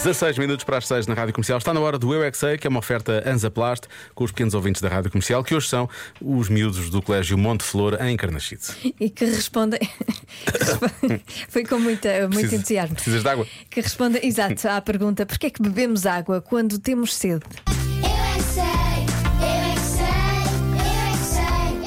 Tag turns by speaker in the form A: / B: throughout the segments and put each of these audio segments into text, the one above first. A: 16 minutos para as 6 na Rádio Comercial. Está na hora do Eu é Que Sei, que é uma oferta Anzaplast com os pequenos ouvintes da Rádio Comercial, que hoje são os miúdos do Colégio Monte Flor em Carnaxide.
B: E que respondem. Foi com muita, muito
A: Precisa-
B: entusiasmo.
A: Precisas de água?
B: Que respondem, exato, à pergunta: porquê é que bebemos água quando temos sede?
C: Eu é que sei,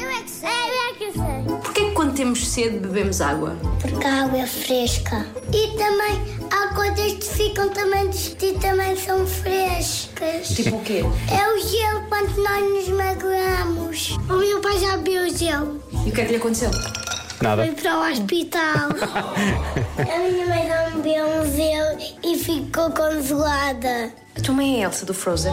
C: eu é que sei, eu é que sei, eu é que sei, eu é que sei, eu é
D: Porquê que quando temos sede bebemos água?
C: Porque a água é fresca. E também há coisas que ficam também que também são frescas.
D: Tipo o quê?
C: É o gelo quando nós nos magoamos. O meu pai já bebeu gelo.
D: E o que é que lhe aconteceu?
A: Nada.
C: Foi para o hospital. a minha mãe não bebeu um gelo e ficou congelada.
D: A tua mãe é a Elsa do Frozen?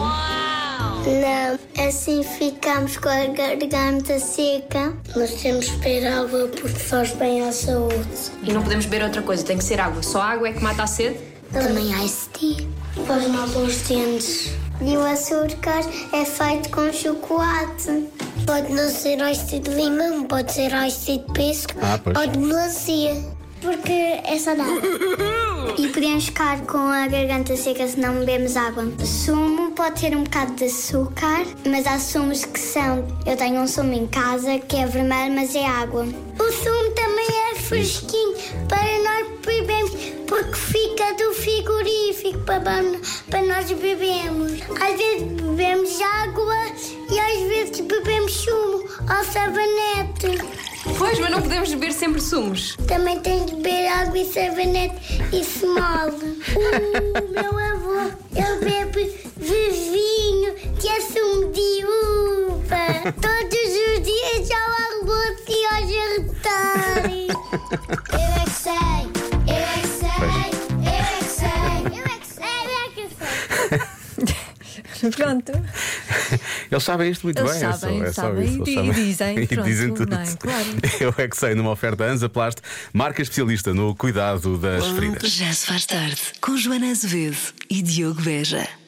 C: Não, assim ficamos com a garganta seca. Nós temos que beber água porque faz bem à saúde.
D: E não podemos beber outra coisa, tem que ser água. Só água é que mata a sede?
C: Também há esse dia. Faz mal aos dentes. E o açúcar é feito com chocolate. Pode não ser ácido de limão, pode ser ácido de pesco
A: Ah, pois.
C: ou de melancia. Porque é saudável. E podemos ficar com a garganta seca se não bebemos água. Sumo pode ter um bocado de açúcar, mas há sumos que são. Eu tenho um sumo em casa que é vermelho, mas é água. O sumo também é fresquinho para nós bebermos, porque fica do frigorífico para, para nós bebermos. Às vezes bebemos água e às vezes bebemos sumo ou sabanete.
D: Pois, mas não podemos beber sempre sumos.
C: Também tem de beber água e sabonete e se molde. O meu avô, ele bebe vivinho que é sumo de uva. Todos os dias ao almoço e ao jantar. Eu é que sei, eu é que sei, eu é que sei, eu é que sei, eu é que sei.
B: Pronto,
A: Eles sabem isto muito
B: Eles
A: bem,
B: sabem,
A: é só, é
B: sabem
A: só isso.
B: e-
A: eles
B: e dizem,
A: e
B: pronto,
A: dizem tudo.
B: não é? Claro.
A: Eu é que sei, numa oferta Anzaplast, marca especialista no cuidado das feridas.
E: Já se faz tarde com Joana Azevedo e Diogo Veja.